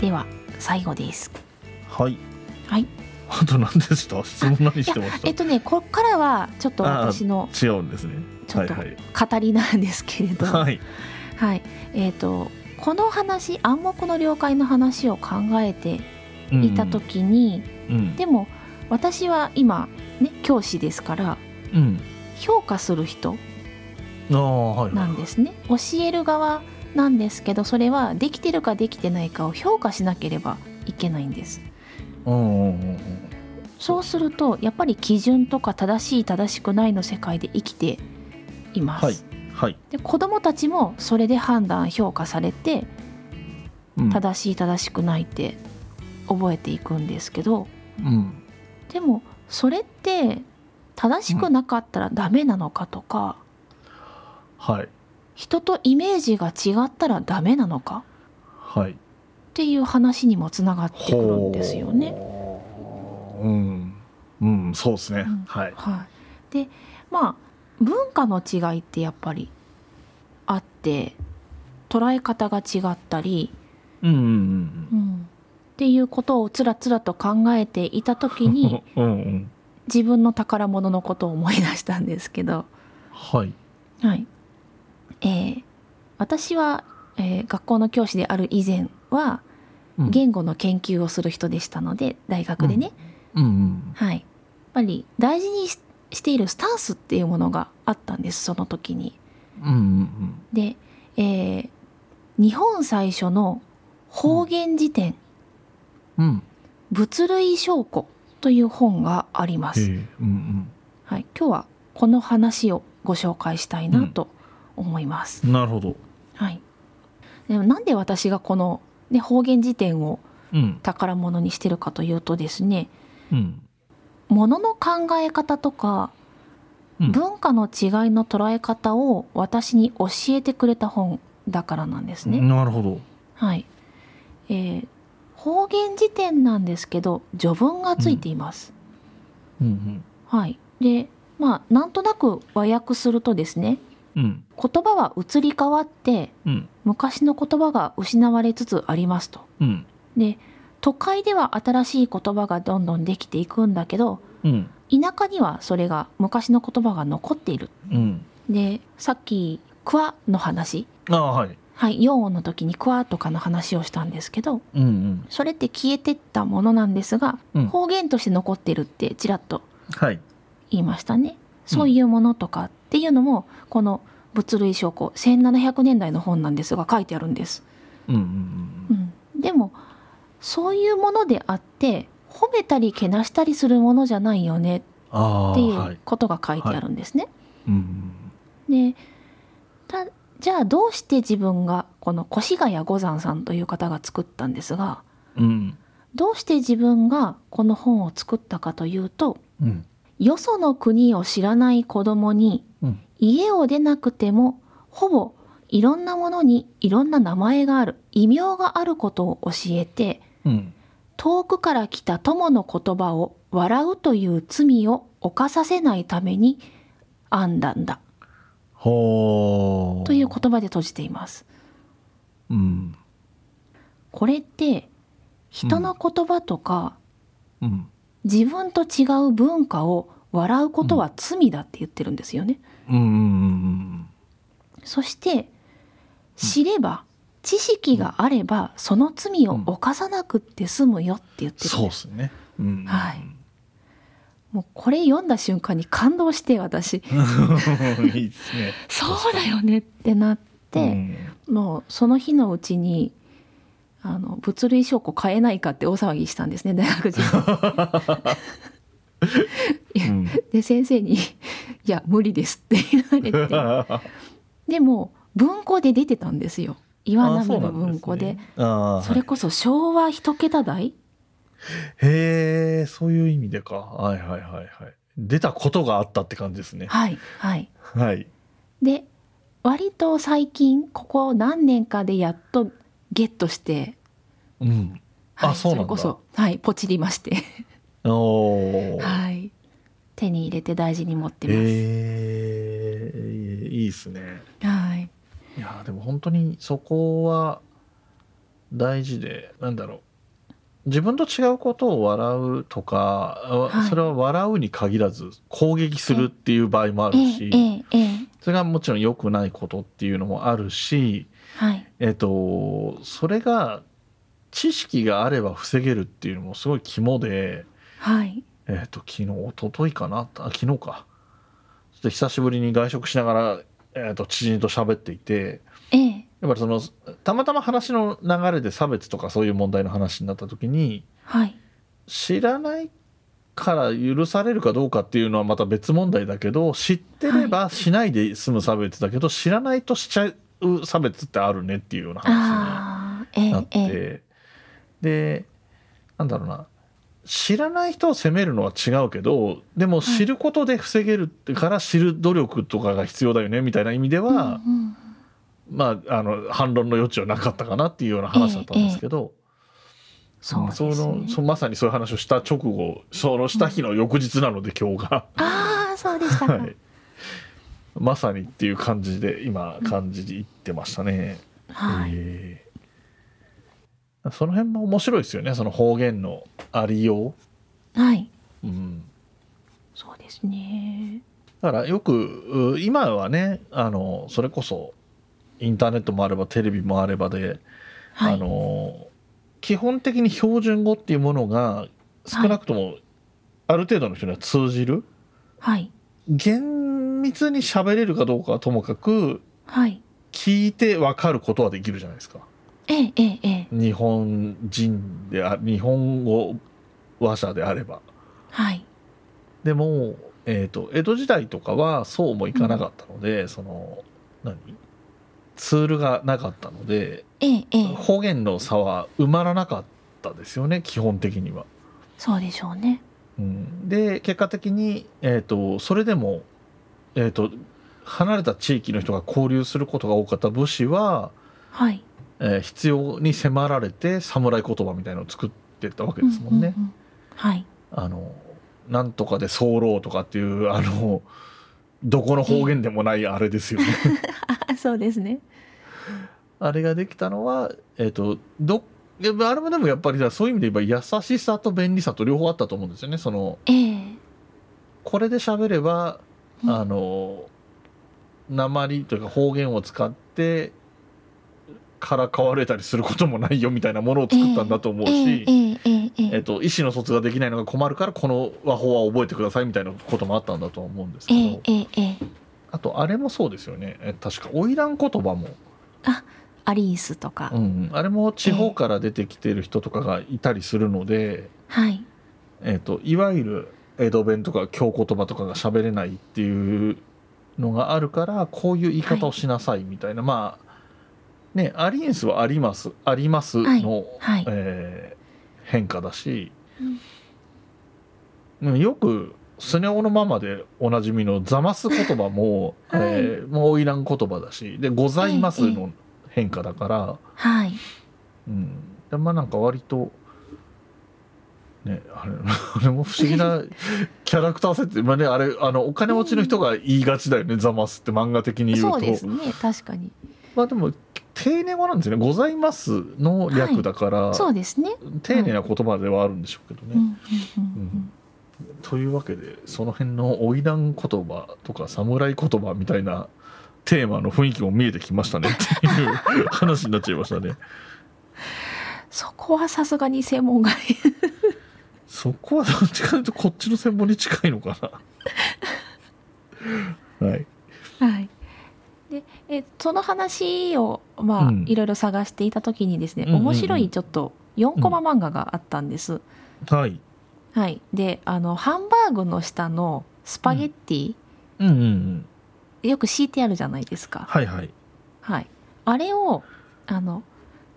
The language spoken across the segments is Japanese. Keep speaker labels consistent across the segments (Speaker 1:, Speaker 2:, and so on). Speaker 1: では最後です
Speaker 2: はい
Speaker 1: はい
Speaker 2: あと何でした質問何してまし
Speaker 1: えっとねこっからはちょっと
Speaker 2: あー
Speaker 1: 私の
Speaker 2: た違うんですね
Speaker 1: ちょ
Speaker 2: は
Speaker 1: っ
Speaker 2: い
Speaker 1: と
Speaker 2: はい
Speaker 1: 語りなんですけれど
Speaker 2: はい
Speaker 1: はい、えっ、とこの話暗黙の了解の話を考えて
Speaker 2: うん
Speaker 1: いた時に、
Speaker 2: うん
Speaker 1: でも私は今ね教師ですから
Speaker 2: うん
Speaker 1: 評価する人
Speaker 2: ああはい
Speaker 1: なんですすね教える側なんですけどそれはできてるかできてないかを評価しなければいけないんです
Speaker 2: うんうんうんうん
Speaker 1: そうするとやっぱり基準とか正しい正しくないの世界で生きています、
Speaker 2: はいはい
Speaker 1: で子どもたちもそれで判断評価されて
Speaker 2: うん
Speaker 1: 正しい正しくないって覚えていくんですけど
Speaker 2: うん
Speaker 1: でもそれって正しくなかったらダメなのかとか、
Speaker 2: はい
Speaker 1: 人とイメージが違ったらダメなのか
Speaker 2: はい
Speaker 1: っていう話にもつながってくるんですよね。
Speaker 2: ほううんうんそうですね、
Speaker 1: うん
Speaker 2: はい
Speaker 1: はい、でまあ文化の違いってやっぱりあって捉え方が違ったり、
Speaker 2: うんうんうん
Speaker 1: っていうことをつらつらと考えていた時
Speaker 2: うん
Speaker 1: に
Speaker 2: うんうん
Speaker 1: 自分の宝物のことを思い出したんですけど。
Speaker 2: はい
Speaker 1: はい。えー私は、えー学校の教師である以前は
Speaker 2: うん
Speaker 1: 言語の研究をする人でしたので、大学でね、
Speaker 2: うんうん
Speaker 1: はい。やっぱり大事にししているスタンスっていうものがあったんです、その時に。
Speaker 2: うんうん
Speaker 1: で、えー日本最初の方言辞典、
Speaker 2: うんうん
Speaker 1: 物類証拠という本がありま
Speaker 2: え
Speaker 1: す。
Speaker 2: えうん
Speaker 1: はい。今日はこの話をご紹介したいなと思います。
Speaker 2: うんなるほど
Speaker 1: はい、でもなんで私がこの、ね、方言辞典を
Speaker 2: うん
Speaker 1: 宝物にしてるかというとですね
Speaker 2: うん
Speaker 1: ものの考え方とか
Speaker 2: うん
Speaker 1: 文化の違いの捉え方を私に教えてくれた本だからなんですね。
Speaker 2: なるほど
Speaker 1: はいえー方言辞典なんですけど序文がついています。
Speaker 2: うん
Speaker 1: はい、でまあなんとなく和訳するとですね
Speaker 2: うんうん
Speaker 1: 言葉は移り変わって
Speaker 2: うん
Speaker 1: 昔の言葉が失われつつありますと。
Speaker 2: うん
Speaker 1: で都会では新しい言葉がどんどんできていくんだけど
Speaker 2: うん
Speaker 1: 田舎にはそれが昔の言葉が残っている。
Speaker 2: うん
Speaker 1: でさっき「クワ」の話
Speaker 2: ああはい
Speaker 1: はい4音の時に「クワ」とかの話をしたんですけど
Speaker 2: うんうん
Speaker 1: それって消えてったものなんですが、
Speaker 2: うん
Speaker 1: 方言として残ってるってちらっと
Speaker 2: はい
Speaker 1: 言いましたね。そういうものとかっていうのもこの物類証拠1700年代の本なんですが書いてあるんです。
Speaker 2: うんうん
Speaker 1: うん、でもそういうものであって褒めたりけなしたりするものじゃないよね
Speaker 2: ああ
Speaker 1: ってい
Speaker 2: はいう
Speaker 1: ことが書いてあるんですね。
Speaker 2: うん
Speaker 1: でたじゃあどうして自分がこの越谷五山さんという方が作ったんですが
Speaker 2: うん
Speaker 1: どうして自分がこの本を作ったかというと
Speaker 2: うん
Speaker 1: よその国を知らない子供に
Speaker 2: うん
Speaker 1: 家を出なくてもほぼいろんなものにいろんな名前がある異名があることを教えて
Speaker 2: うん
Speaker 1: 遠くから来た友の言葉を笑うという罪を犯させないために編んだんだ
Speaker 2: ほう
Speaker 1: という言葉で閉じています。
Speaker 2: うん
Speaker 1: これって人の言葉とか、
Speaker 2: うん
Speaker 1: 自分と違う文化を笑うことは罪だって言ってるんですよね。
Speaker 2: うんうん
Speaker 1: そして知れば知識があればその罪を犯さなくって済むよって言ってるん
Speaker 2: そう
Speaker 1: で。
Speaker 2: ですすね。うん
Speaker 1: はいもうこれ読んだ瞬間に感動して私
Speaker 2: いいですね。
Speaker 1: そうだよねってなって。
Speaker 2: うん
Speaker 1: もうその日のうちにあの物類証拠買えないかって大騒ぎしたんですね大学時 代
Speaker 2: うん
Speaker 1: で先生に「いや無理です」って言われ て
Speaker 2: あ
Speaker 1: でも文庫で出てたんですよ岩波
Speaker 2: そうな
Speaker 1: の
Speaker 2: ん
Speaker 1: 文庫でそ
Speaker 2: すねあー
Speaker 1: れこそ昭和一桁台
Speaker 2: へえそういう意味でか。はいはいはいはい。出たことがあったって感じですね。
Speaker 1: はいはい
Speaker 2: はい。
Speaker 1: で割と最近ここ何年かでやっとゲットして、
Speaker 2: うん。あ
Speaker 1: はい
Speaker 2: そうなんだ
Speaker 1: れこそ、はい、ポチりまして、
Speaker 2: おお。
Speaker 1: はい、手に入れて大事に持ってます、
Speaker 2: ええいいですね。
Speaker 1: はい
Speaker 2: いやーでも本当にそこは大事でなんだろう自分と違うことを笑うとか、あ
Speaker 1: はい
Speaker 2: それは笑うに限らず攻撃するっていう場合もある
Speaker 1: ええ
Speaker 2: し、
Speaker 1: ええええ
Speaker 2: それがもちろん良くないことっていうのもあるし、
Speaker 1: はい
Speaker 2: えっと、それが知識があれば防げるっていうのもすごい肝で、
Speaker 1: はい
Speaker 2: えっと、昨日、一昨日かなあ昨日か。ちょっと久しぶりに外食しながら、えっと、知人と喋っていて、
Speaker 1: ええ
Speaker 2: やっぱりその、たまたま話の流れで差別とかそういう問題の話になった時に、
Speaker 1: はい
Speaker 2: 知らないから許されるかどうかっていうのはまた別問題だけど知ってればしないで済む差別だけど、知らないとしちゃう差別ってあるねっていうような話
Speaker 1: ああえ
Speaker 2: にな
Speaker 1: え
Speaker 2: っ
Speaker 1: ええ
Speaker 2: てでなんだろうな知らない人を責めるのは違うけどでも知ることで防げるってから知る努力とかが必要だよねみたいな意味で
Speaker 1: うん
Speaker 2: は、
Speaker 1: うん
Speaker 2: まああの反論の余地はなかったかなっていうような話だったんですけど。
Speaker 1: そうですね
Speaker 2: のそまさにそういう話をした直後そのした日の翌日なので、今日が、
Speaker 1: ああそうでしたか、
Speaker 2: はいまさにっていう感じで今感じで言ってましたね、
Speaker 1: はい
Speaker 2: えーその辺も面白いですよねその方言のありよ
Speaker 1: はい、
Speaker 2: う、うん、
Speaker 1: そうですね。
Speaker 2: だからよくう今はねあのそれこそインターネットもあればテレビもあればで、
Speaker 1: はい、
Speaker 2: あの基本的に標準語っていうものが少なくともある程度の人には通じる、
Speaker 1: はい、
Speaker 2: 厳密に喋れるかどうかはともかく
Speaker 1: はい、
Speaker 2: 聞いて分かることはできるじゃないですか
Speaker 1: ええ、ええ、ええ、
Speaker 2: 日本人であ日本語話者であれば
Speaker 1: はい、
Speaker 2: でも、えー、と江戸時代とかはそうもいかなかったので、その何ツールがなかったので
Speaker 1: ええ、ええ、
Speaker 2: 方言の差は埋まらなかったですよね基本的には。
Speaker 1: そうでしょうね。
Speaker 2: うんで結果的に、えー、とそれでも、えー、と離れた地域の人が交流することが多かった武士は、
Speaker 1: はい。
Speaker 2: えー必要に迫られて侍言葉みたいのを作ってったわけですもんね。
Speaker 1: うううんはい、
Speaker 2: あのなんとかで候とかっていうあのどこの方言でもないあれですよね。
Speaker 1: あ、 そうですね。
Speaker 2: あれができたのは、えー、とどでもあれもでもやっぱりさそういう意味で言えば優しさと便利さと両方あったと思うんですよね。その
Speaker 1: ええ、
Speaker 2: これで喋れば
Speaker 1: うん
Speaker 2: あの鉛というか方言を使ってからかわれたりすることもないよみたいなものを作ったんだと思う
Speaker 1: え
Speaker 2: し、え
Speaker 1: え、ええ、ええ、え
Speaker 2: っ
Speaker 1: え、
Speaker 2: と、意思の疎通ができないのが困るからこの和法は覚えてくださいみたいなこともあったんだと思うんですけど、
Speaker 1: ええ、ええ、ええ
Speaker 2: あとあれもそうですよねえ確か花魁言葉も、
Speaker 1: アリースとか、
Speaker 2: うんあれも地方から出てきてる人とかがいたりするので、
Speaker 1: はい、
Speaker 2: えっと、いわゆる江戸弁とか京言葉とかが喋れないっていうのがあるからこういう言い方をしなさいみたいな、まあねアリエンスはありますありますの、
Speaker 1: はい、
Speaker 2: えー変化だし、
Speaker 1: うん
Speaker 2: うんよくスネ夫のままでおなじみのざます言葉も、
Speaker 1: はい
Speaker 2: えーもういらん言葉だしでございますの変化だから。
Speaker 1: はい、
Speaker 2: うん、でまあなんか割とねあれ あれも不思 議なキャラクター設定まあねあれあのお金持ちの人が言いがちだよね「ざます」って漫画的に言
Speaker 1: そ
Speaker 2: うと
Speaker 1: うですね、確かに。
Speaker 2: まあでも丁寧語なんですよね「ございます」の略だから、
Speaker 1: そうですね。
Speaker 2: 丁寧な言葉ではあるんでしょうけど
Speaker 1: うん、う
Speaker 2: ね。
Speaker 1: ん、うん、
Speaker 2: というわけでその辺の花魁言葉とか侍言葉みたいなテーマの雰囲気も見えてきましたねっていう話になっちゃいましたね。
Speaker 1: うん。そこはさすがに専門外。
Speaker 2: そこはどっちかというとこっちの専門に近いのか な。はい。
Speaker 1: はい。で、えその話をまあ、
Speaker 2: うん
Speaker 1: いろいろ探していた時にですね、
Speaker 2: うんうんうん
Speaker 1: 面白いちょっと4コマ漫画があったんです。
Speaker 2: はい。
Speaker 1: はい。で、あのハンバーグの下のスパゲッティ、
Speaker 2: うんうんうん。
Speaker 1: よく敷いてあるじゃないですか。
Speaker 2: はいはい。
Speaker 1: はい。あれをあの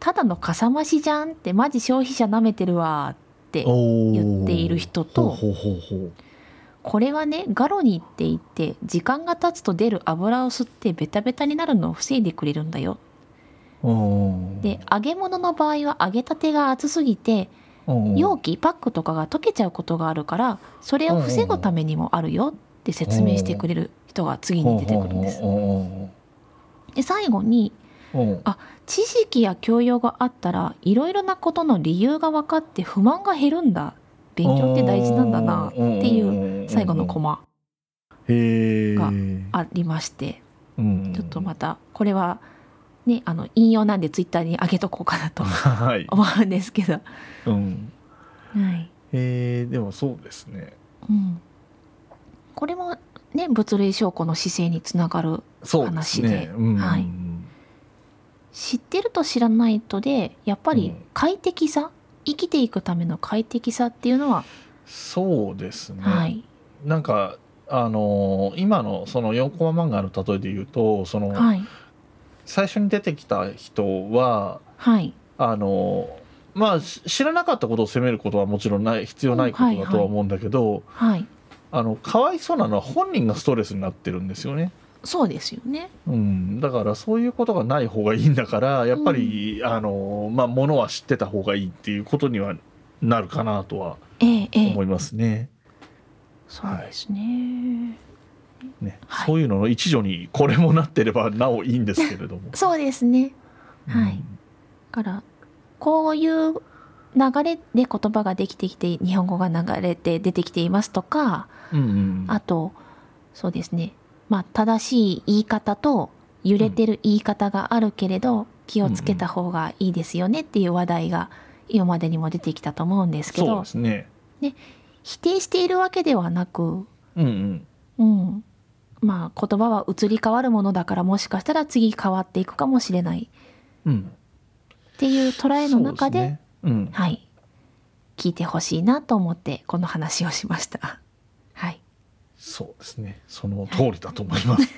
Speaker 1: ただのかさ増しじゃんってマジ消費者舐めてるわ。って
Speaker 2: おー
Speaker 1: 言っている人と
Speaker 2: ほうほうほうほう。
Speaker 1: これはねガロニって言って時間が経つと出る油を吸ってベタベタになるのを防いでくれるんだよ
Speaker 2: おー
Speaker 1: で揚げ物の場合は揚げたてが熱すぎて
Speaker 2: おー
Speaker 1: 容器パックとかが溶けちゃうことがあるからそれを防ぐためにもあるよって説明してくれる人が次に出てくるんです。
Speaker 2: おーおーおー
Speaker 1: で最後に
Speaker 2: うん
Speaker 1: 知識や教養があったらいろいろなことの理由が分かって不満が減るんだ勉強って大事なんだなっていう
Speaker 2: う
Speaker 1: 最後のコ
Speaker 2: マ
Speaker 1: マ
Speaker 2: へえ
Speaker 1: がありましてちょっと
Speaker 2: 待
Speaker 1: またこれはねあの引用なんでツイッターに上げとこうかなと
Speaker 2: はい、
Speaker 1: 思うんですけど、は
Speaker 2: うん、
Speaker 1: い
Speaker 2: えー、でもそうですね
Speaker 1: うん、これもね物類証拠の姿勢につながる
Speaker 2: そうです
Speaker 1: 話で
Speaker 2: ね、うん
Speaker 1: はい知ってると知らないとでやっぱ
Speaker 2: う
Speaker 1: り
Speaker 2: ん
Speaker 1: 快適さ、生きていくための快適さっていうのは、
Speaker 2: そうですね、
Speaker 1: はい
Speaker 2: なんかあのー今のその4コマ漫画の例えで言うとその、
Speaker 1: はい
Speaker 2: 最初に出てきた人は
Speaker 1: はい
Speaker 2: あのーまあし知らなかったことを責めることはもちろんない必要ないこ
Speaker 1: うん
Speaker 2: と
Speaker 1: はい
Speaker 2: だとは思うんだけど、
Speaker 1: はい
Speaker 2: あのかわいそうなのは本人がストレスになってるんですよね。
Speaker 1: そうですよね
Speaker 2: うん、だからそういうことがない方がいいんだからやっぱり、あのまあものは知ってた方がいいっていうことにはなるかなとは
Speaker 1: ええええ
Speaker 2: 思いますね。
Speaker 1: そうですね、
Speaker 2: ね
Speaker 1: はい
Speaker 2: そういうのの一助にこれもなってればなおいいんですけれども。
Speaker 1: そうですねはいだからこういう流れで言葉ができてきて日本語が流れて出てきていますとか
Speaker 2: うん、うんうん
Speaker 1: あとそうですねまあ正しい言い方と揺れてる言い方があるけれど、気をつけた方がいいですよねっていう話題が今までにも出てきたと思うんですけ
Speaker 2: そう
Speaker 1: ど
Speaker 2: ですね。
Speaker 1: 否定しているわけではなく、
Speaker 2: うんうん。
Speaker 1: うん、まあ言葉は移り変わるものだからもしかしたら次変わっていくかもしれない
Speaker 2: うん。
Speaker 1: っていう捉えの中で
Speaker 2: そうすねうん。
Speaker 1: はい、聞いてほしいなと思ってこの話をしました。はい、
Speaker 2: そうですね。その通りだと思 います。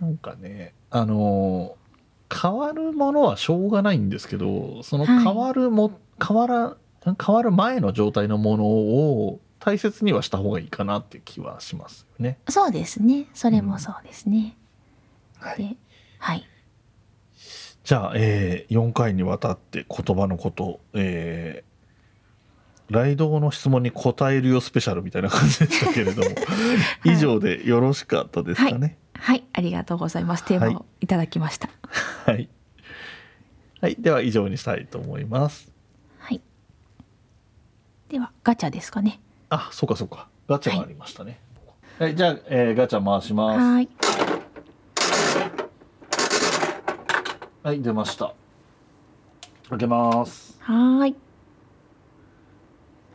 Speaker 2: なんかね、あのー変わるものはしょうがないんですけど、その
Speaker 1: はい
Speaker 2: 変わるも、変わら変わる前の状態のものを大切にはした方がいいかなって気はしますよね。
Speaker 1: そうですね。それもそうですね。
Speaker 2: はい。
Speaker 1: で、はい、
Speaker 2: じゃあ、えー、4回にわたって言葉のこと、えー、ライドの質問に答えるよスペシャルみたいな感じでしたけれ ども、以上でよろしかったですかね。
Speaker 1: はい、ありがとうございます。テーマをいただきました。
Speaker 2: はい。はい、では以上にしたいと思います。
Speaker 1: はい。ではガチャですかね。
Speaker 2: あ、そうかそうか。ガチャがありましたね。はい、じゃあ、えーガチャ回し
Speaker 1: は
Speaker 2: ます。
Speaker 1: ーい。
Speaker 2: はい、出ました。開けます。
Speaker 1: はーい。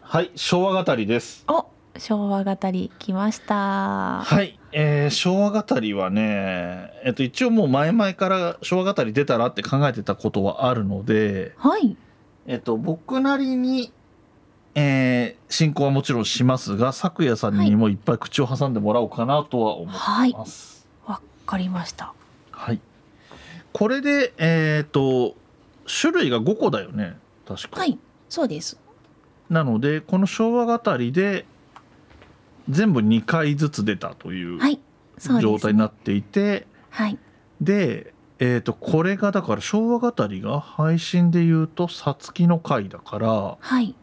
Speaker 2: はい、昭和語りです。
Speaker 1: お、昭和語り来ました。
Speaker 2: はい、えー昭和語りはね、えっと一応もう前々から昭和語り出たらって考えてたことはあるので、
Speaker 1: はい。
Speaker 2: えっと僕なりに。えー進行はもちろんしますが昨夜さんにもいっぱい口を挟んでもらおうかなとは思って
Speaker 1: はい。
Speaker 2: ます。
Speaker 1: わかりました。
Speaker 2: はい。これで、えっ、と、種類が5個だよね。確か。
Speaker 1: はい。そうです。
Speaker 2: なので、この昭和語りで、全部2回ずつ出たという
Speaker 1: はい。そうです、ね。
Speaker 2: 状態になっていて、
Speaker 1: はい。
Speaker 2: でえっ、と、これがだから昭和語りが配信で言うと、さつきの回だから、
Speaker 1: はい。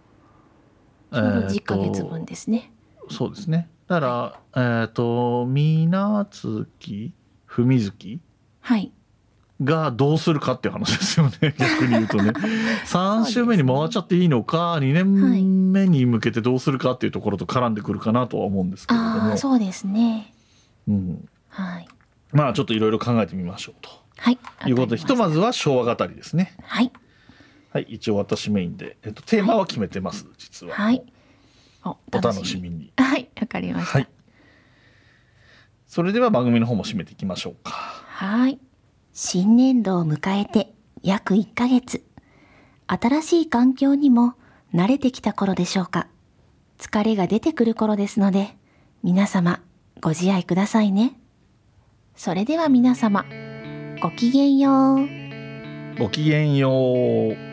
Speaker 1: ちょうど
Speaker 2: えー
Speaker 1: 10
Speaker 2: と
Speaker 1: ヶ月分ですね。
Speaker 2: そうですね。だから、えっ、と、みなつき、ふみずき
Speaker 1: はい。
Speaker 2: がどうするかっていう話ですよね 逆に言うと ね3週目に回っちゃっていいのか、2年目に向けてどうするかっていうところと絡んでくるかなとは思うんですけれど
Speaker 1: あ
Speaker 2: も
Speaker 1: あ、そうですね。
Speaker 2: うん、
Speaker 1: はい。
Speaker 2: まあちょっといろいろ考えてみましょう
Speaker 1: はい。
Speaker 2: ということでひと
Speaker 1: わかり
Speaker 2: まずは昭和語りですね
Speaker 1: したはい。
Speaker 2: はい一応私メインで、えっと、テーマは決めてます、実は、
Speaker 1: はい。お
Speaker 2: お楽しみ。に
Speaker 1: はい。わかりました。
Speaker 2: はいそれでは番組の方も締めていきましょうか
Speaker 1: はい。
Speaker 3: 新年度を迎えて約1ヶ月。新しい環境にも慣れてきた頃でしょうか。疲れが出てくる頃ですので、皆様ご自愛くださいね。それでは皆様、ごきげんよう。
Speaker 2: ごきげんよう